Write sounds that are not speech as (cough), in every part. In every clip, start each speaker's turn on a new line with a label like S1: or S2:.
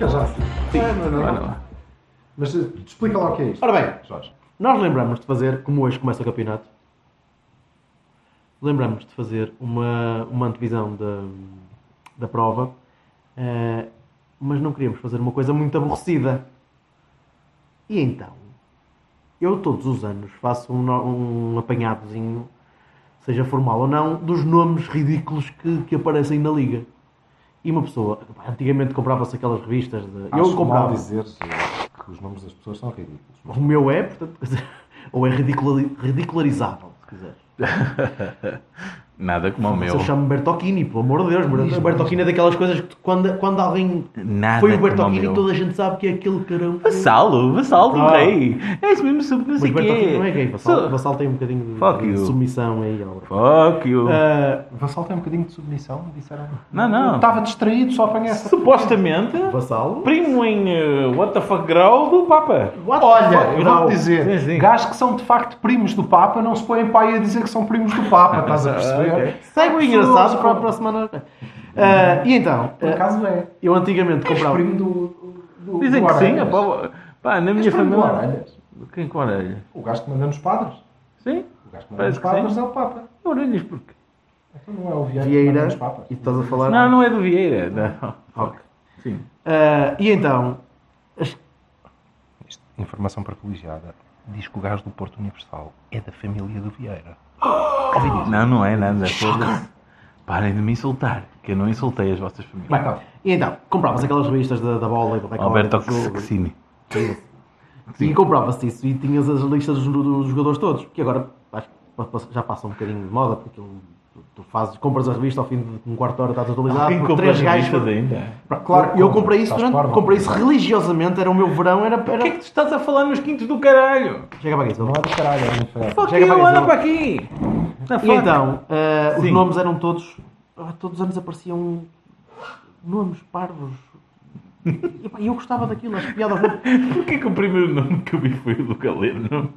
S1: Eu já sei. Ah, não, não,
S2: Vai
S1: não.
S2: lá.
S1: Mas eh, explica lá o que é isto.
S2: Ora bem,
S1: Jorge.
S2: nós lembramos de fazer, como hoje começa o campeonato, lembramos de fazer uma, uma antevisão da, da prova, eh, mas não queríamos fazer uma coisa muito aborrecida. E então, eu todos os anos faço um, no- um apanhadozinho, seja formal ou não, dos nomes ridículos que, que aparecem na liga. E uma pessoa, pá, antigamente comprava-se aquelas revistas de.
S1: Acho
S2: eu comprava.
S1: mal dizer eh, que os nomes das pessoas são ridículos.
S2: O meu é, portanto, (laughs) quer dizer, ou é ridicula- ridicularizável, se quiser.
S3: Nada como o
S2: Mas
S3: meu.
S2: eu chamo Bertocchini, pelo amor de Deus, Bertocchini, Bertocchini é daquelas coisas que tu- quando, quando alguém
S3: Nada
S2: foi o
S3: como
S2: Bertocchini,
S3: o Ah, meu.
S2: toda a gente sabe que é aquele carão.
S3: Vassalo, vassalo do
S2: Ah.
S3: rei. É isso mesmo, sub- não
S2: Mas
S3: sei o
S2: Bertocchini não é gay,
S3: quê.
S2: Vassal,
S3: Sou-
S2: Vassal tem um bocadinho
S3: Fuck
S2: de, de
S3: you.
S2: submissão aí. ao-
S3: Fuck you.
S2: Ah,
S1: Vassal tem um bocadinho de submissão, disseram.
S3: Não, não.
S1: Eu Estava distraído, só apanhei essa.
S3: Supostamente,
S2: Vassal?
S3: primo em uh, What the fuck Grau do Papa.
S2: What the
S1: Olha,
S2: fuck,
S1: eu
S2: Grau?
S1: vou-te dizer,
S3: Sim, sim.
S1: tá, gajos que são de facto primos do Papa não se põem para aí a dizer que são primos do (laughs) Papa, estás a perceber?
S3: ok.
S2: Segue o
S1: Pessoas
S2: engraçado
S1: com-
S2: para, para a semana. Ah, e então,
S1: Por
S2: ah,
S1: acaso é.
S2: eu antigamente
S1: És
S2: comprava.
S1: primo do. do
S3: Dizem
S1: do
S3: que sim,
S1: Orelhas.
S3: a pau- pá, na
S1: És
S3: minha
S1: primo do
S3: família.
S1: Orelhas.
S3: Quem com orelha?
S1: O gajo que manda nos padres.
S3: Sim?
S1: O gajo que manda nos
S3: Parece que
S1: padres
S3: sim.
S1: é o Papa.
S3: Orelhas porquê?
S1: Então não é o Vieira, que manda
S2: Vieira,
S1: nos papas.
S2: e estás a falar.
S3: Não, não é do Vieira. Não.
S2: Ok.
S3: Sim.
S2: Ah, e então,
S1: Isto, informação privilegiada. Diz que o gajo do Porto Universal é da família do
S3: (gasps)
S1: Vieira.
S3: Não, não é nada. foda-se. Parem de me insultar, que eu não insultei as vossas famílias.
S2: Bem, e então, compravas aquelas revistas da, da bola
S3: Oh,
S2: e do recorde.
S3: Alberto
S2: do jogo.
S3: Cassini.
S2: E compravas-te isso e tinhas as listas dos, dos jogadores todos, que agora acho que pa- pa- já passa um bocadinho de moda, porque tu, tu- tu fazes, compras a revista ao fim de um quarto de hora, estás atualizado,
S3: Quem
S2: porque
S3: compra
S2: três
S3: as
S2: gajos...
S3: revistas
S1: é?
S3: ainda?
S1: Claro que
S2: eu
S1: compra,
S2: comprei isso,
S1: estás
S2: durante,
S1: parvo.
S2: comprei isso religiosamente, era o meu verão, era...
S3: O
S2: era...
S3: que é que tu estás a falar nos quintos do caralho?
S2: Chega para aqui,
S1: Não
S2: Silva.
S1: é do caralho, é do inferno.
S3: Fuck
S2: Chega
S3: you,
S2: para aqui,
S3: anda
S2: Silva.
S3: para aqui! Na
S2: E
S3: fuck.
S2: então, eh, os
S3: Sim.
S2: nomes eram todos. ah, todos os anos apareciam nomes
S3: (laughs)
S2: parvos. E pá, eu gostava daquilo, as piadas.
S3: Porquê que o primeiro nome que eu vi foi o do Galeno?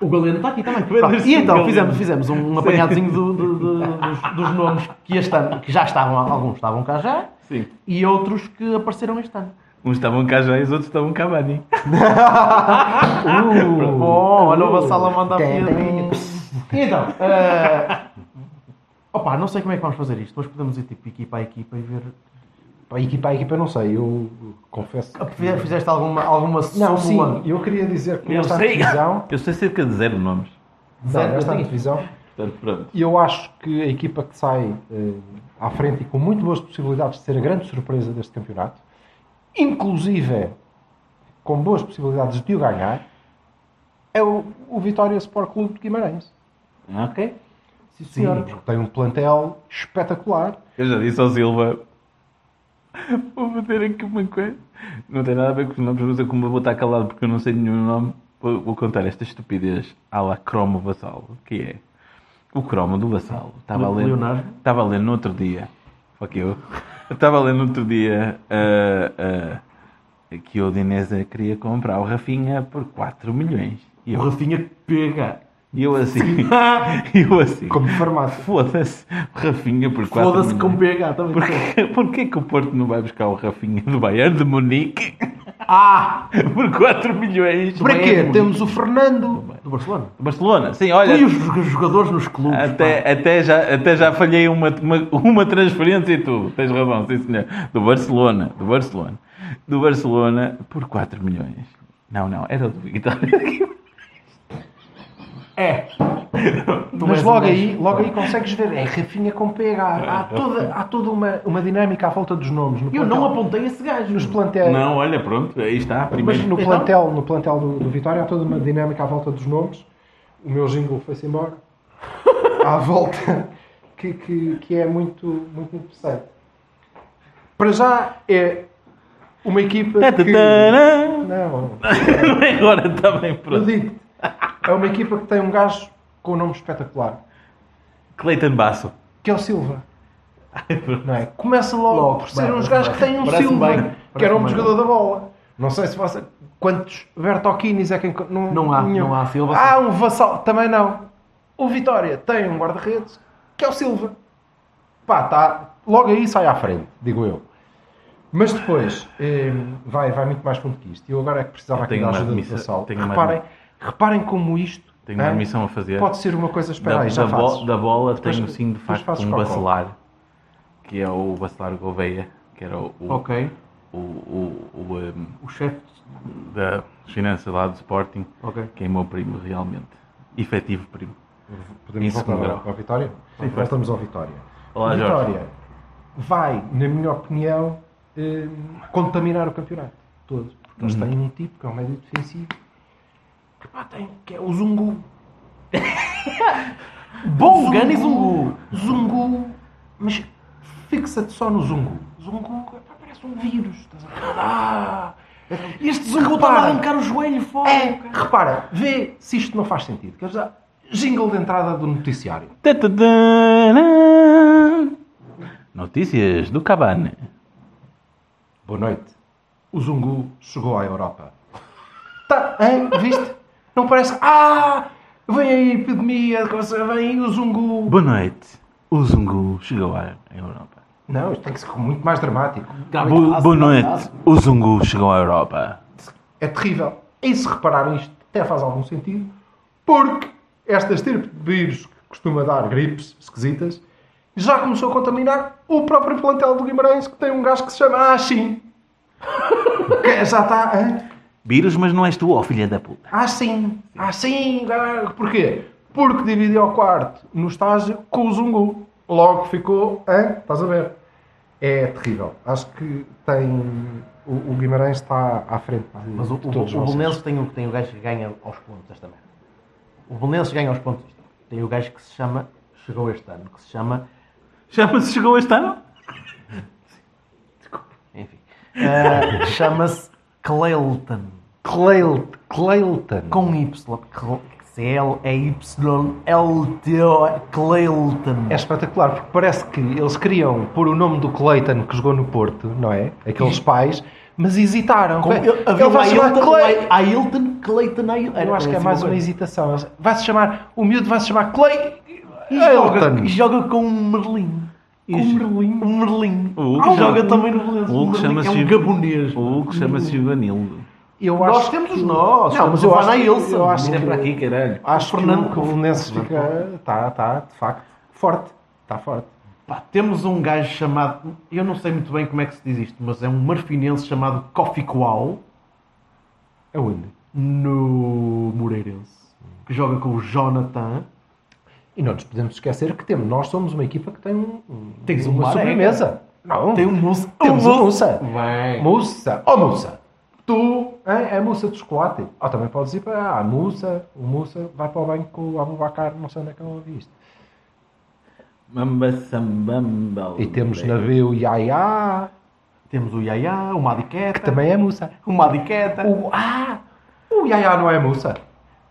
S2: O Galeno está aqui também.
S3: Pronto,
S2: e então
S3: Galeno.
S2: fizemos, fizemos um apanhadozinho do- do- do- dos, dos nomes que, este ano, que já estavam, alguns estavam cá já
S3: Sim.
S2: e outros que apareceram este ano.
S3: Uns estavam cá já e os outros estavam cá, Bani.
S1: Uh.
S2: Bom, Oh, olha o Vassal a mandar piadinha. E então, eh, opá, não sei como é que vamos fazer isto, mas podemos ir tipo equipa a equipa e ver
S1: Pá, equipa a equipa, eu não sei, eu confesso. que-
S2: Fiz- Ah, Fizeste alguma, alguma
S1: Não, sim,
S2: súmula?
S1: eu queria dizer que
S3: Eu
S1: nesta
S3: sei. (laughs)
S1: divisão.
S3: Eu sei cerca de zero nomes.
S2: Zero,
S1: Não, nesta
S2: eu tenho.
S1: divisão.
S3: Portanto, pronto.
S1: Eu acho que a equipa que sai eh, à frente e com muito boas possibilidades de ser a grande surpresa deste campeonato, inclusive com boas possibilidades de o ganhar, é o, o Vitória Sport Clube de Guimarães.
S3: Ok.
S1: Sim, senhor. Porque tem um plantel espetacular.
S3: Eu já disse ao Silva. Vou meter aqui uma coisa. Não tem nada a ver com os nomes, mas eu como eu vou estar calado porque eu não sei nenhum nome. Vou, vou contar esta estupidez à la cromo vassalo, que é. O cromo do vassalo. Estava a ler.
S2: Leonardo?
S3: Estava a ler no outro dia. Fuck eu. (laughs) Estava a ler no outro dia ah, ah, que o Dinesa queria comprar o Rafinha por 4 milhões. E
S2: O
S3: eu,
S2: Rafinha pega.
S3: e eu assim. (laughs)
S1: Ah,
S3: e eu assim.
S1: Como farmácia.
S3: Foda-se, o Rafinha por 4
S2: Foda-se
S3: milhões.
S2: com PH também.
S3: Porquê, (laughs) porquê que o Porto não vai buscar o Rafinha do Bayern de Munique
S2: Ah!
S3: por 4 milhões?
S1: Para quê?
S2: Bayern.
S1: Temos o Fernando.
S2: Do Barcelona.
S3: Barcelona, sim,
S2: E
S3: olha,
S2: os jo- jogadores nos clubes. pá.
S3: até, até, já, até já falhei uma, uma, uma transferência e tudo. Tens razão, sim senhor. Do Barcelona, do Barcelona. Do Barcelona por 4 milhões. Não, não, era do Vitória.
S1: (laughs)
S2: É. Tu
S1: Mas
S2: és
S1: logo
S2: um
S1: aí,
S2: gajo.
S1: logo aí consegues ver. É Rafinha com PH. Há toda, há toda uma, uma dinâmica à volta dos nomes. No
S2: Eu
S1: plantel.
S2: não apontei esse gajo.
S1: Nos plantéis.
S3: Não, olha, pronto, aí está,
S1: É. Mas
S3: primeiro.
S1: no
S2: Então?
S1: plantel, no plantel do, do Vitória há toda uma dinâmica à volta dos nomes. O meu jingle foi-se embora. à volta que, que, que é muito, muito interessante. Para já é uma equipa
S3: Tá,
S1: que...
S3: Tatatana.
S1: Não,
S3: Não é (laughs) agora, está bem
S1: eu
S3: pronto.
S1: digo É uma equipa que tem um gajo com um nome espetacular,
S3: Clayton Basso.
S1: que é o Silva. Não é? Começa logo,
S2: Logo,
S1: por ser
S2: bem,
S1: uns
S2: parece
S1: gajos que
S2: bem.
S1: têm um
S2: Parece-me
S1: Silva,
S2: bem,
S1: que era um
S2: parece-me
S1: jogador da bola. Não sei se você. Quantos Bertocchinis é que enco- não,
S2: Não há, não há Silva.
S1: Há um Vassal, também não. O Vitória tem um guarda-redes, que é o Silva. Pá, tá. Logo aí sai à frente, digo eu. Mas depois eh, vai, vai muito mais fundo que isto. E eu agora é que precisava aqui
S3: tenho
S1: da
S3: uma
S1: ajuda do
S3: admissão-
S1: Vassal.
S3: tenho uma
S1: Reparem, reparem como isto
S3: Tenho uma
S1: eh,
S3: missão a fazer.
S1: pode ser uma coisa. Espera
S3: da,
S1: aí, já
S3: da,
S1: faço.
S3: bo- da bola
S1: Depois-
S3: tem um signo de
S1: depois
S3: facto
S1: fazes
S3: um
S1: cocó.
S3: bacelar, que é o bacelar Gouveia, que era o, o,
S2: Ok.
S3: o, o- o, um,
S2: O chefe.
S3: da finança lá do Sporting,
S2: Ok.
S3: que é meu primo realmente. Efetivo primo.
S1: Podemos
S3: Em segundo
S1: voltar
S3: grau.
S1: ao, ao Vitória? Voltamos ao Vitória.
S3: Olá, Jorge.
S1: Vitória vai, na minha opinião, eh, contaminar o campeonato todo. Porque eles têm um tipo que é um médio defensivo que, pá, tem, que é o Zungu.
S2: Bom Gana e Zungu.
S1: Zungu, mas fixa-te só no Zungu. Zungu pá, parece um vírus. Estás a ver? Ah, este Zungu tá
S2: Vou lá
S1: está
S2: arrancar o joelho fora.
S1: É,
S2: cara.
S1: repara, vê se isto não faz sentido. Quer dizer, jingle de entrada do noticiário.
S3: Tatatana. Notícias do Cabane.
S1: Boa noite. O Zungu chegou à Europa. Tá, hein? Viste? Não parece. Ah! Vem aí a epidemia, vem aí o Zungu.
S3: Boa noite. O Zungu chegou à Europa.
S1: Não, isto tem que ser muito mais dramático.
S2: Gabi
S3: Bo
S2: Caso,
S3: boa
S2: Gabi
S3: noite.
S2: Caso.
S3: O Zungu chegou à Europa.
S1: É terrível. E se repararem, isto até faz algum sentido, porque esta estirpe de vírus que costuma dar gripes esquisitas já começou a contaminar o próprio plantel do Guimarães, que tem um gajo que se chama Ashim. (laughs) Que já está. hein?
S3: Vírus, mas não és tu, ó filha da puta.
S1: Ah, sim. Ah, sim. galera. Porquê? Porque dividiu o quarto no estágio com o Zungu. Logo ficou... Hein? Estás a ver? É terrível. Acho que tem... O, o Guimarães está à frente de,
S2: Mas o, o,
S1: de todos
S2: o
S1: vocês.
S2: Belenenses tem, o- tem o gajo que ganha aos pontos esta merda. O Belenenses ganha aos pontos. Tem o gajo que se chama, chegou este ano, que se chama,
S3: Chama-se Chegou este ano?
S2: enfim, eh, (laughs) chama-se Cleilton. Cleilton.
S1: Cleilton.
S2: Com Y. C-L-E-Y-L-T-O. Cleilton.
S1: É espetacular, porque parece que eles queriam pôr o nome do Clayton que jogou no Porto, não é? Aqueles pais, mas hesitaram.
S2: Com-
S1: Ele
S2: Havia
S1: vai se
S2: o
S1: chamar
S2: Ailton,
S1: Clay-
S2: o Ai- Ailton, Clayton, Ailton.
S1: Eu acho que é mais uma
S2: coisa.
S1: hesitação. Vai-se chamar... O miúdo vai-se chamar Clay...
S2: E joga,
S1: Ailton.
S2: e joga com um Merlin.
S1: Com o Merlin.
S2: Um Merlin.
S3: O Hugo
S2: Ah,
S3: joga-
S2: joga também no Belenenses.
S3: O Hugo
S2: Merlin
S3: chama-se
S2: É um
S3: Gil-
S2: gabonês.
S3: O Hugo chama-se Vanildo.
S1: Eu
S2: Nós
S1: acho
S2: temos
S1: que-
S2: os
S1: um-
S2: nós,
S1: Não, mas
S2: temos
S1: eu
S2: o
S1: acho,
S2: Van
S1: que-
S2: Ailson.
S1: eu acho
S3: Mira
S1: que, é
S3: para aqui, caralho.
S1: acho que é um
S2: Fernando
S1: o
S2: Couto.
S1: Belenenses
S2: Fernando
S1: fica. Está, está, Tá, de facto, forte. Está forte.
S2: Pá, temos um gajo chamado, eu não sei muito bem como é que se diz isto, mas é um marfinense chamado Coffee Coal
S1: É onde?
S2: no Moreirense, que joga com o Jonathan.
S1: E não nos podemos esquecer que temos, nós somos uma equipa que tem um, um-
S2: Tens um
S1: uma
S2: Marega.
S1: sobremesa. Não,
S2: Tem um moço.
S1: temos
S2: um
S1: a moça.
S2: Vai.
S1: Moça. Oh, moça. Tu, hein, é moça de chocolate. Ou também podes ir para ah, a moça. O moça vai para o banho com o Abubacar. Não sei onde é que eu ouvi isto.
S3: Mamba sambamba.
S1: E temos navio Yaya,
S2: Temos o Yaya, o Madiqueta.
S1: que também é moça.
S2: O Madiqueta.
S1: O, ah, o Yaya não é moça.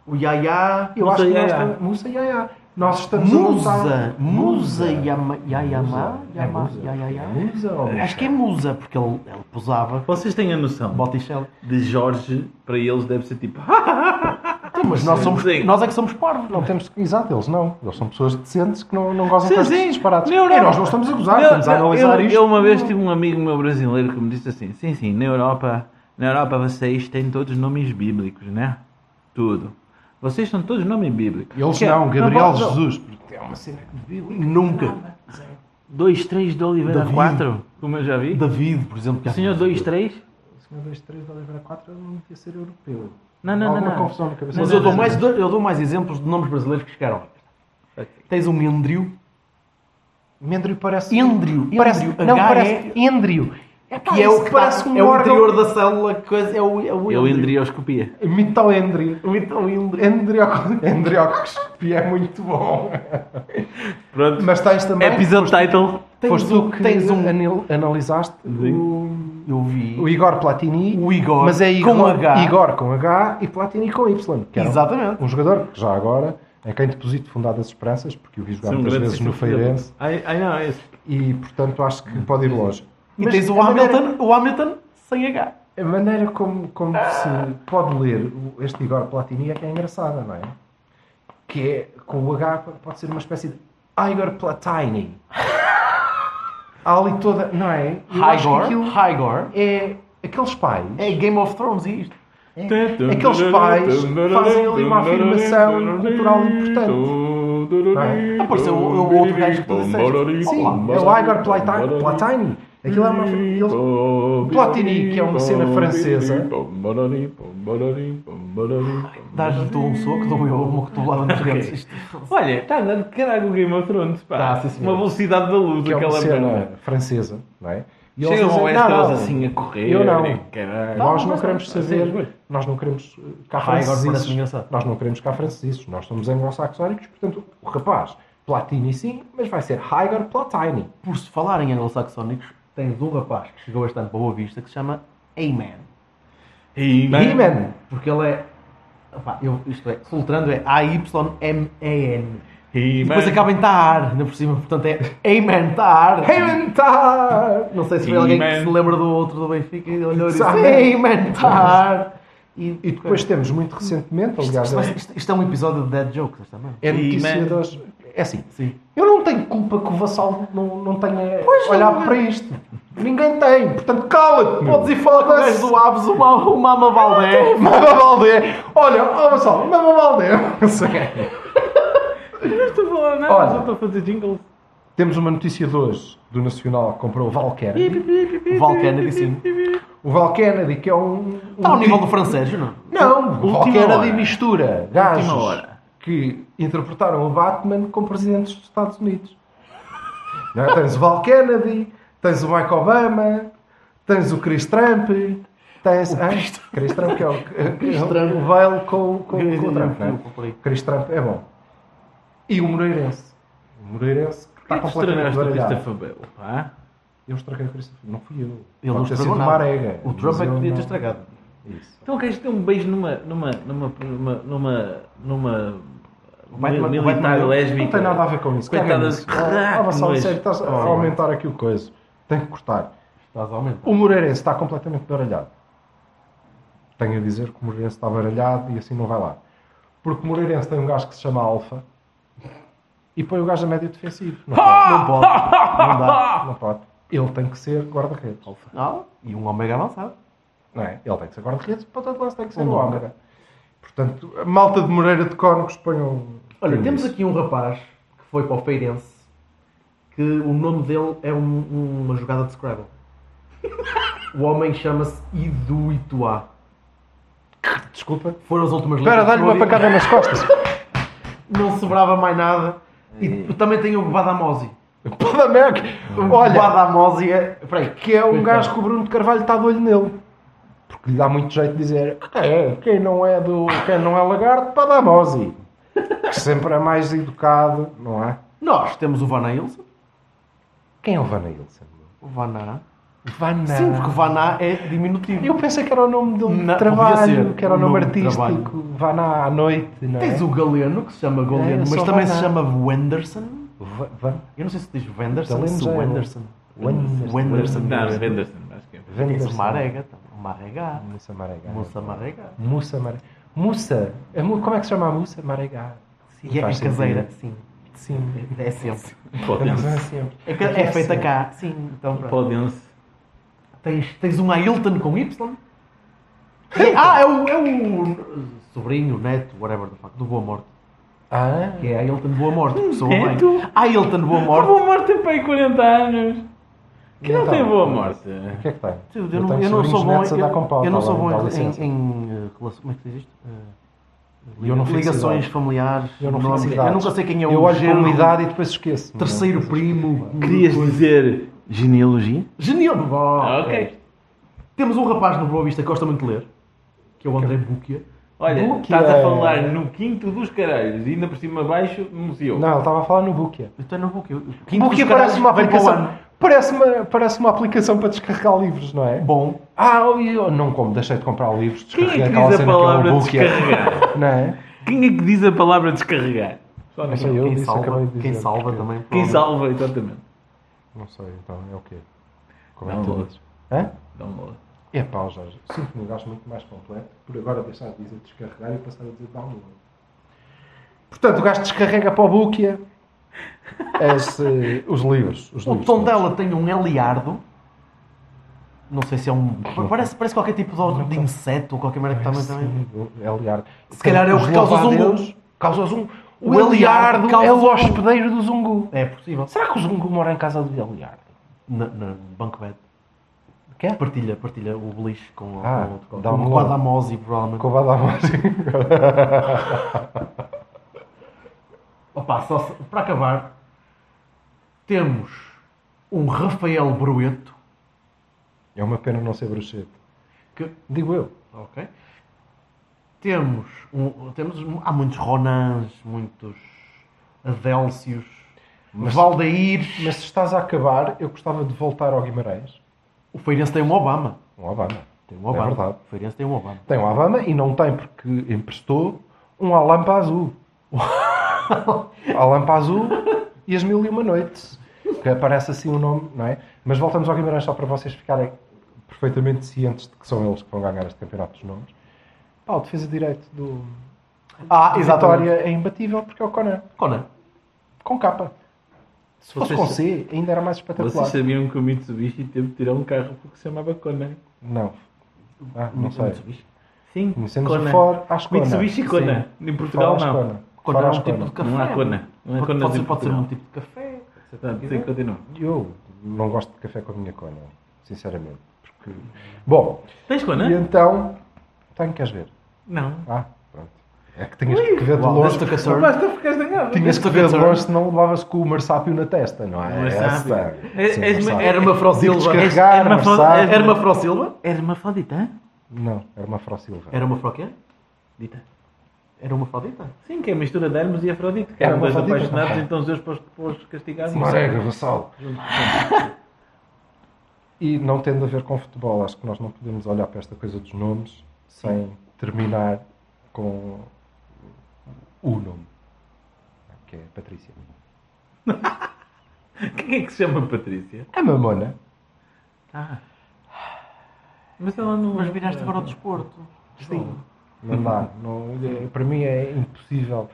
S2: O Yaya.
S1: Eu
S2: Musa
S1: acho que nós
S2: Yaya.
S1: estamos. Musa Yaya. Nós estamos a
S2: Musa.
S1: lutar.
S2: Musa Yama. Yayama.
S1: Musa. É
S2: Yama.
S1: Musa.
S2: Yayaya.
S1: Musa ou Musa?
S2: Acho que é Musa, porque ele, ele posava.
S3: Vocês têm a noção
S2: Botticelli.
S3: de Jorge, para eles deve ser tipo.
S1: Ah, então,
S2: Mas nós, somos,
S3: Sim.
S2: nós é que somos parvos.
S1: Não temos. Exato, eles não. Eles são pessoas decentes que não, não gozam
S3: Sim,
S1: com estes
S3: sim.
S1: disparates.
S3: Não, não.
S1: E nós não estamos a gozar, estamos a
S3: Não,
S1: analisar
S3: eu,
S1: isto.
S3: eu uma vez tive um amigo meu brasileiro que me disse assim: sim, sim, na Europa, na Europa vocês têm todos nomes bíblicos, né? Tudo. Vocês são todos nomes bíblicos.
S1: Eles
S3: Que é-
S1: não, Gabriel
S3: pode-
S1: Jesus.
S2: É uma cena que devia. Nunca.
S3: dois três de Oliveira
S2: Davi.
S3: 4, como eu já vi.
S2: David, por exemplo. que é
S3: O senhor
S2: há-
S3: 2, 3?
S1: Senhor 2, 3 da Oliveira 4 não devia ser europeu.
S3: Não, não, não,
S1: Alguma
S3: não.
S1: confusão na cabeça.
S2: Mas
S3: Não,
S2: eu dou,
S3: não,
S2: mais, eu dou mais exemplos de nomes brasileiros que chegaram. Tens um Endrio.
S1: Mendrio parece.
S2: Endrio,
S1: Parece,
S2: Endrio,
S1: não,
S2: H-E-
S1: parece. Endrio. É
S2: que é o que
S1: parece
S2: tá-
S1: um
S2: é o
S1: órgão-
S2: interior da célula, que coisa, é o, é o
S3: É o
S2: índrio.
S3: endrioscopia.
S1: Mitoendri.
S2: O então índrio.
S1: Endrioc- (laughs) Endrioscopia é muito bom.
S3: Pronto.
S1: Mas tens também.
S3: Episode title.
S1: É
S2: Tens
S1: Foste
S2: um-
S1: tu que
S2: tens um-
S1: anil- analisaste o,
S2: Eu vi.
S1: o Igor Platini.
S2: O Igor
S1: Mas é Igor
S2: com H.
S1: Igor com H e Platini com Y. que era um-
S2: Exatamente.
S1: Um jogador que já agora, a quem deposito fundadas esperanças, porque o vi jogar
S3: São
S1: muitas
S3: grandes
S1: vezes no
S3: sistemas.
S1: Feirense,
S3: Ai, ai, não, é isso.
S1: e portanto acho que pode ir longe.
S2: E
S1: Mas
S2: tens o
S1: a maneira-
S2: Hamilton, o Hamilton sem H.
S1: A maneira como, como se pode ler o- este Igor Platini é que é engraçada, não é? Que é, com o H pode ser uma espécie de Igor Platini. Há ali toda, não é? Eu acho que
S2: Hygor.
S1: aquilo
S2: Hygor.
S1: é aqueles pais.
S2: É Game of Thrones isto. tá,
S1: Aqueles É pais fazem ali uma afirmação
S2: tá,
S1: cultural importante. Não é?
S2: Ah, pois é o, é o outro gajo que tu disseste.
S1: Sim,
S2: Olá.
S1: é o Igor
S2: tá,
S1: Plata- Platini. Aquilo é uma. eles- Platini, que é uma cena francesa.
S2: Dás-lhe tu um soco, dou eu uma cotovelada nos dentes. Isto-
S3: Olha, está andando de caralho o Game of Thrones, pá.
S2: Tá, sim, senhor.
S3: uma velocidade da luz,
S1: que é uma
S3: aquela
S1: cena
S3: merda.
S1: francesa, não é? E eles
S3: Chegam ao
S1: dizem,
S3: Westeros
S1: "Não,
S3: assim a correr.
S1: Eu não.
S3: e caralho.
S1: Nós não,
S3: Mas- assim,
S1: queremos
S3: mas- Ah,
S1: saber, nós não queremos eh, cá
S2: Ai, agora parece-me
S1: franceses.
S2: engraçado.
S1: Nós não queremos cá franceses. Nós somos anglo-saxónicos, portanto, o rapaz, Platini sim, mas vai ser Hygor Platini.
S2: Por se falar em anglo-saxónicos, tens um rapaz que chegou bastante para Boa Vista que se chama Amen.
S3: E-
S1: He-Man.
S2: Porque ele é. opá, eu, isto é, soltando é A-Y-M-E-N.
S3: E
S2: E depois
S3: man.
S2: acaba em tar, ainda por cima, portanto é Amen Tar.
S1: He-Man tá!
S2: Não sei se foi alguém que
S3: Amen.
S2: se lembra do outro do Benfica e olhou e disse
S1: Exatamente.
S2: Amen Tar. E,
S1: E depois temos muito recentemente, aliás,
S2: Isto, isto- isto é um episódio de Dead Jokes, esta merda.
S1: é notícia
S3: He-Man.
S1: das. É assim,
S2: Sim.
S1: eu não tenho culpa que o Vassal não, não tenha olhado para isto. Ninguém tem, portanto, cala-te!
S2: Podes ir falar com o gajo do Aves, o Ma- o Mama Valdé.
S1: Mama Valdé! Olha, ó Vassal, Mama Valdé! (laughs) Não sei.
S3: Não estou a falar nada,
S1: Olha.
S3: só estou a fazer jingles.
S1: Temos uma notícia de hoje do Nacional que comprou o Valquera.
S2: Valcana disse sim.
S1: O Valkennedy, que é um. um
S3: Tá
S2: Está ao nível do
S1: tipo-
S2: francês, não?
S1: Não, o
S3: Última
S1: Valkennedy
S3: hora.
S1: mistura gajos
S3: Última hora.
S1: que interpretaram o Batman com presidentes dos Estados Unidos. Não é? Tens o Valkennedy, tens o Mike Obama, tens o Chris Trump. Tens, o Chris... Trump, que é o,
S2: Trump.
S1: o Bale com, com, com o Trump, não é?
S2: Eu comprei.
S1: Chris Trump é bom. E o Moreirense. O Moreirense que está
S3: Por que
S1: completamente baralhado.
S3: Fabelo, pá?
S1: Eu estraguei o Christopher. Não fui eu.
S2: Ele não
S1: Pode ter sido
S2: estragou
S1: uma
S2: nada.
S1: arega,
S2: O Trump
S1: mas
S2: é que
S1: eu
S2: podia
S1: não-
S2: ter estragado.
S1: Isso.
S3: Então o gajo deu um beijo numa. numa. numa. numa. numa. numa
S2: Batman-
S3: militar
S2: o Batman deu-
S3: lésbica.
S1: um Não tem nada a ver com isso.
S3: Coitada
S1: Caga
S3: de-
S1: nisso.
S3: Ah,
S1: Ah, mas só
S3: mas-
S1: sério, estás a aumentar aqui o coisa. Tem que cortar.
S2: Estás a aumentar.
S1: O Moreirense está completamente baralhado. Tenho a dizer que o Moreirense está baralhado e assim não vai lá. Porque o Moreirense tem um gajo que se chama Alfa e põe o gajo a médio defensivo. Não pode.
S2: Não pode. Não dá.
S1: Não pode. Ele tem que ser guarda-redes.
S2: Não. E um ômega avançado.
S1: Não é? Ele tem que ser guarda-redes, portanto, lá tem que ser
S2: Um
S1: o
S2: nome.
S1: Âmara. Portanto, a malta de Moreira de Cónicos ponham.
S2: Olha,
S1: ponham
S2: temos
S1: isso.
S2: aqui um rapaz que foi para o Feirense que o nome dele é um- uma jogada de Scrabble. O homem chama-se Idu Ituá.
S1: Desculpa.
S2: Foram as últimas
S1: Espera,
S2: letras
S1: dá-lhe
S2: que eu
S1: uma
S2: ouvi.
S1: pancada nas costas.
S2: Não sobrava mais nada. E também tem o Badamosi.
S1: (laughs) Padamec!
S2: o
S1: Olha,
S2: Badamosi é. Peraí,
S1: que é um
S2: Coitado.
S1: gajo que o Bruno de Carvalho está de olho nele. Porque lhe dá muito jeito de dizer: é, quem não é do. Quem não é lagarto, Padamosi. Que sempre é mais educado, não é?
S2: Nós temos o Van Ailson.
S1: Quem é o Vana Ilsen?
S2: O Vaná.
S1: Vana.
S2: Sim, porque o Vaná é diminutivo.
S1: Eu pensei que era o nome de um
S2: Não, podia
S1: trabalho,
S2: ser.
S1: que era o
S2: Um
S1: nome
S2: nome de
S1: artístico. Vana à noite, não é?
S2: Tens o Galeno, que se chama Galeno,
S1: É,
S2: mas
S1: só
S2: também
S1: Vaná.
S2: se chama Wenderson.
S1: Va- Van-
S2: Eu não sei se diz Wenderson ou
S1: Galeno
S2: se
S1: já é bom.
S2: Wenderson.
S1: Wenderson.
S2: Wenderson.
S3: Não, Henderson, acho que é.
S2: Tens
S1: Venderson.
S2: o Marega, também. o Marega.
S1: Mussa Marega.
S2: Moça Marega.
S1: Mussa Marega. Mussa. A mu- Como é que se chama a Mussa? Marega. Sim,
S2: E é, é
S1: faz sentido.
S2: caseira, sim.
S1: Sim.
S2: É sempre.
S1: Mas é
S3: Podense.
S1: sempre.
S2: É, ca- é feita cá, sim. Então, pronto.
S3: Podense.
S2: Tens, tens um Ailton com Y? Ah, é o, é o sobrinho, neto, whatever the fuck, do Boa Morte.
S1: Ah,
S2: Que é Ailton Boa Morte, que sou a mãe.
S3: Neto?
S2: Ailton Boa
S3: A
S2: Morte.
S3: boa morte tem para aí 40 anos. Que não
S1: Então,
S3: tem boa morte.
S1: O que é que tem?
S2: Eu, eu não,
S1: tenho
S2: eu não sou
S1: sobrinhos
S2: bom,
S1: netos a
S2: eu,
S1: dar com pau,
S2: eu não
S1: tá
S2: sou
S1: bem,
S2: bom
S1: dá
S2: em,
S1: licença.
S2: em, em, eh, relações- como é que se diz isto? Eh,
S1: Eu não fico
S2: ligações
S1: cidade.
S2: familiares.
S1: Eu não
S2: nomes.
S1: fico
S2: eu
S1: idades.
S2: nunca sei quem é o
S1: Eu olho para
S2: genro,
S1: uma idade e depois esqueço.
S2: terceiro primo.
S3: Querias dizer Genealogia?
S2: Genial! Bom,
S3: ok.
S2: Temos um rapaz no Boa Vista que gosta muito de ler, que é o André Buquia.
S3: Olha,
S1: Bom, que
S3: estás
S1: é-
S3: a falar no quinto dos caralhos, e ainda por cima abaixo, museu.
S1: Não, ele estava a falar no Bookia.
S2: Então não Buquia.
S1: Bookia parece uma aplicação. Parece uma, parece uma aplicação para descarregar livros, não é?
S2: Bom,
S1: Ah, eu não como, deixei de comprar livros,
S3: Quem é que
S1: descarreguei aquela
S3: diz a
S1: cena que é
S3: palavra
S1: o Bookia.
S3: descarregar?
S1: (laughs) Não é?
S3: Quem é que diz a palavra descarregar?
S1: Não sei, eu
S2: quem
S1: disse, acabei
S2: salva,
S1: de dizer.
S2: quem salva
S1: porque-
S2: também.
S3: Quem
S2: provavelmente.
S3: salva, exatamente.
S1: Não sei, então, é o quê? Como é
S3: Não,
S1: que tu
S3: não.
S1: dizes? Hã?
S3: Download.
S1: É pá, Jorge, sinto-me um gajo muito mais completo por agora deixar de dizer descarregar e passar a dizer download. Portanto, o gajo descarrega para o Bookia as, eh, os livros. Os
S2: O
S1: livros
S2: tom
S1: todos.
S2: dela tem um Eliardo. Não sei se é um. Parece, parece qualquer tipo de, de inseto ou qualquer merda que também. também.
S1: É Eliardo.
S2: Se calhar é o
S1: Os
S2: que causa o
S1: louva-a-Deus
S2: zungu.
S1: Causa o zungu. O,
S2: O
S1: Eliardo
S2: Eliardo causa
S1: é o
S2: zungu.
S1: hospedeiro do zungu.
S2: É possível.
S1: Será que o zungu mora em casa do Eliardo?
S2: Na, na Banco Bet.
S1: Quê?
S2: Partilha, partilha o beliche com,
S1: Ah,
S2: com o outro.
S1: dá
S2: com
S1: um
S2: o
S1: logo.
S2: Guadamosi, provavelmente.
S1: Com o
S2: (laughs)
S1: Badamás.
S2: Opa, só se- para acabar, temos um Rafael Brueto.
S1: É uma pena não ser bruxete.
S2: Que,
S1: Digo eu.
S2: ok. Temos, um, temos. um- Há muitos Ronans, muitos Adélcios,
S1: Mas-
S2: Valdeíres.
S1: Mas se estás a acabar, eu gostava de voltar ao Guimarães.
S2: O Feirense tem um Obama.
S1: Um Obama.
S2: Tem um Obama.
S1: É verdade.
S2: O Feirense tem um Obama.
S1: Tem um Obama e não tem porque emprestou um Alampa Azul. (laughs) Alampa Azul e as Mil e Uma Noites. Que aparece assim o nome, não é? Mas voltamos ao Guimarães só para vocês ficarem perfeitamente cientes de que são eles que vão ganhar este campeonato dos nomes. Pá, o defesa direito do
S2: Ah, exatamente.
S1: Vitória é imbatível porque é o Conan.
S2: Conan.
S1: Com capa. Se fosse
S3: Vocês-
S1: com C, ainda era mais espetacular.
S3: Vocês sabiam que o Mitsubishi teve de tirar um carro porque se chamava Conan?
S1: Não. Ah, não sei.
S2: Mitsubishi.
S3: Sim,
S1: Conhecemos o Ford Ascona.
S3: Mitsubishi Conan. Em Portugal
S1: Fora
S3: não.
S1: Ascona.
S2: Conan
S1: Fora
S2: é um tipo
S1: Ascona.
S2: de café.
S3: Não há Conan. Não há
S2: Pode-
S3: Conan
S2: pode,
S3: em
S2: ser, pode ser
S3: Portugal.
S2: um tipo de café.
S3: Tá, sim, continua.
S1: Eu não gosto de café com a minha cona, sinceramente. Porque... Bom,
S3: Tens
S1: e
S3: Conan?
S1: então. Tenho, queres ver?
S3: Não.
S1: Ah, pronto. É que tinhas que ver de
S2: Uau,
S1: longe.
S2: that's the
S1: porque-
S2: concern.
S3: Basta ficares danado.
S1: Tinhas que
S2: that's
S1: ver
S2: the
S1: de
S2: concern.
S1: longe, senão levavas com o marsápio na testa, não é?
S3: Marsápio. É-
S1: Sim,
S3: és-
S1: marsápio.
S2: Era uma
S1: Digo
S2: Frosilva.
S1: descarregar,
S2: Era uma Fro-
S1: marçar.
S2: Era uma Frosilva?
S3: Era uma faldita?
S1: Não, era uma Frosilva.
S2: Era uma Fro quê?
S3: Dita.
S2: Era uma Frodita?
S3: Sim, que é a mistura de Hermes e Afrodite, que
S1: Era
S3: eram
S1: uma
S3: dois
S1: Afrodite.
S3: apaixonados, então Zeus para os- para os castigar.
S1: Marega, vassal. (laughs) E não tendo a ver com futebol, acho que nós não podemos olhar para esta coisa dos nomes sem terminar com o nome, que é Patrícia.
S3: Quem é que se chama Patrícia?
S1: A mamona.
S3: Ah. Mas ela não.
S2: Mas viraste agora ao desporto. Sim.
S1: Não dá. Não, é- para mim é impossível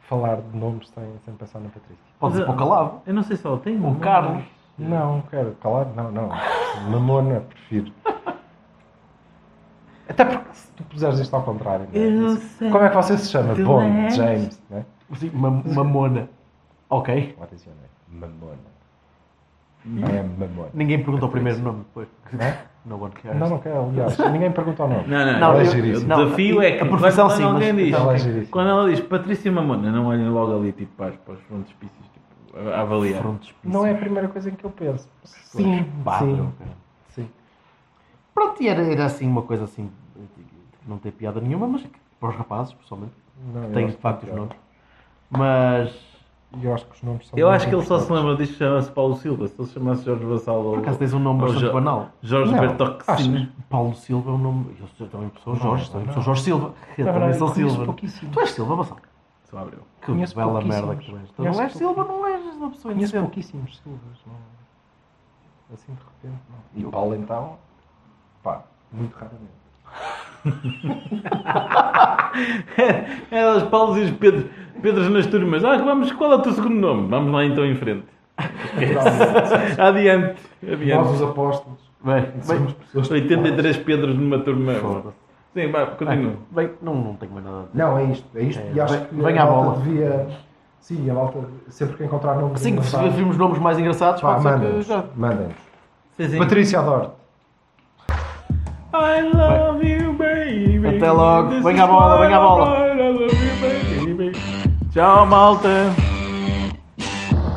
S1: falar de nomes sem, sem pensar na Patrícia.
S2: Pode ser
S3: Mas,
S2: para o Calavo.
S3: Eu não sei se ela tem.
S2: O Carlos.
S1: Não, quero calar. Não, não. Mamona, prefiro. Até porque se tu puseres isto ao contrário, não é?
S3: Eu sei.
S1: como é que você se chama?
S3: Tu
S1: Bond,
S3: és.
S1: James, não é?
S2: Sim, uma, uma mona. Ok.
S1: What is your name? Mamona. Não é Mamona.
S2: Ninguém pergunta o primeiro nome depois.
S1: É?
S2: No one cares.
S1: Não, não quer, aliás. Ninguém pergunta o nome.
S3: Não, não,
S2: Não,
S3: eu-
S1: Ela é
S2: eu-
S1: giríssima.
S3: O desafio é que
S2: a profissão
S3: quando
S2: sim,
S3: alguém
S2: mas
S3: diz,
S1: Ela é giríssima.
S3: quando ela diz Patrícia Mamona, não olhem logo ali tipo, para, os- para os frontispícios tipo, a a avaliar.
S2: Frontes,
S1: Não é a primeira coisa em que eu penso. Sim,
S2: Bárbaro.
S1: sim, sim.
S2: Pronto, e era, era assim uma coisa assim, que não tem piada nenhuma, mas é que, para os rapazes, pessoalmente,
S1: Não, eu
S2: têm
S1: acho
S2: de facto
S1: que
S2: os
S1: não.
S2: nomes. Mas,
S1: E eu acho que os nomes são
S3: Eu
S1: muito
S3: acho que ele só se
S1: importantes.
S3: lembra disto que chama-se Paulo Silva. Se ele se chamasse Jorge Vassal ou.
S2: é por acaso tens um nome
S3: ou
S2: bastante
S3: Jo-
S2: banal.
S3: Jorge
S1: Não,
S3: Bertoxina.
S2: Paulo Silva é um nome... Eu sou- também sou Jorge, também
S1: não.
S2: sou Jorge Silva. Eu
S1: Na
S2: também
S1: verdade,
S2: sou
S1: conheço
S2: Silva.
S1: pouquíssimos.
S2: Tu és Silva, Bassal.
S3: Só abriu.
S2: Que
S1: Conheço
S2: bela merda que
S1: pouquíssimos.
S2: tu és. Tu
S1: Conheço
S2: não és
S1: pouquíssimos.
S2: Silva, não és uma pessoa
S1: Conheço
S2: indecente.
S1: pouquíssimos Silvas, não. Assim de repente, não. E o Paulo então, pá, muito raramente.
S3: É, os Paulos e os Pedro, Pedros nas turmas. Ah, vamos, qual é o teu segundo nome? Vamos lá então em frente. adiante.
S1: Nós os
S3: Adiante.
S1: apóstolos.
S3: Bem,
S1: somos pessoas
S3: bem, 83 Pedros numa turma.
S2: Foda-se.
S3: Sim, vai, continua.
S2: Bem, não, não tenho mais nada a dizer.
S1: Não, é isto, é isto.
S2: É,
S1: e acho
S2: vem-
S1: que
S2: vem
S1: a
S2: à
S1: malta
S2: bola.
S1: devia. Sim, a malta, sempre que encontrar nomes.
S2: Sim, se
S1: engraçados,
S2: vimos nomes mais engraçados,
S1: pá,
S2: pode ser que
S1: mandem-nos.
S2: já...
S1: Mandem
S3: Sim, sim.
S1: Patrícia, adoro
S3: I love you, baby.
S2: Até logo.
S3: This
S2: Venha
S3: is
S2: a Então, bola,
S3: why
S2: venha a bola.
S3: I love you, baby. Tchau, malta. Muito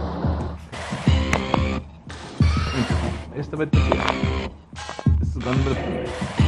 S3: bom. Este também tem. Esse dá número primeiro.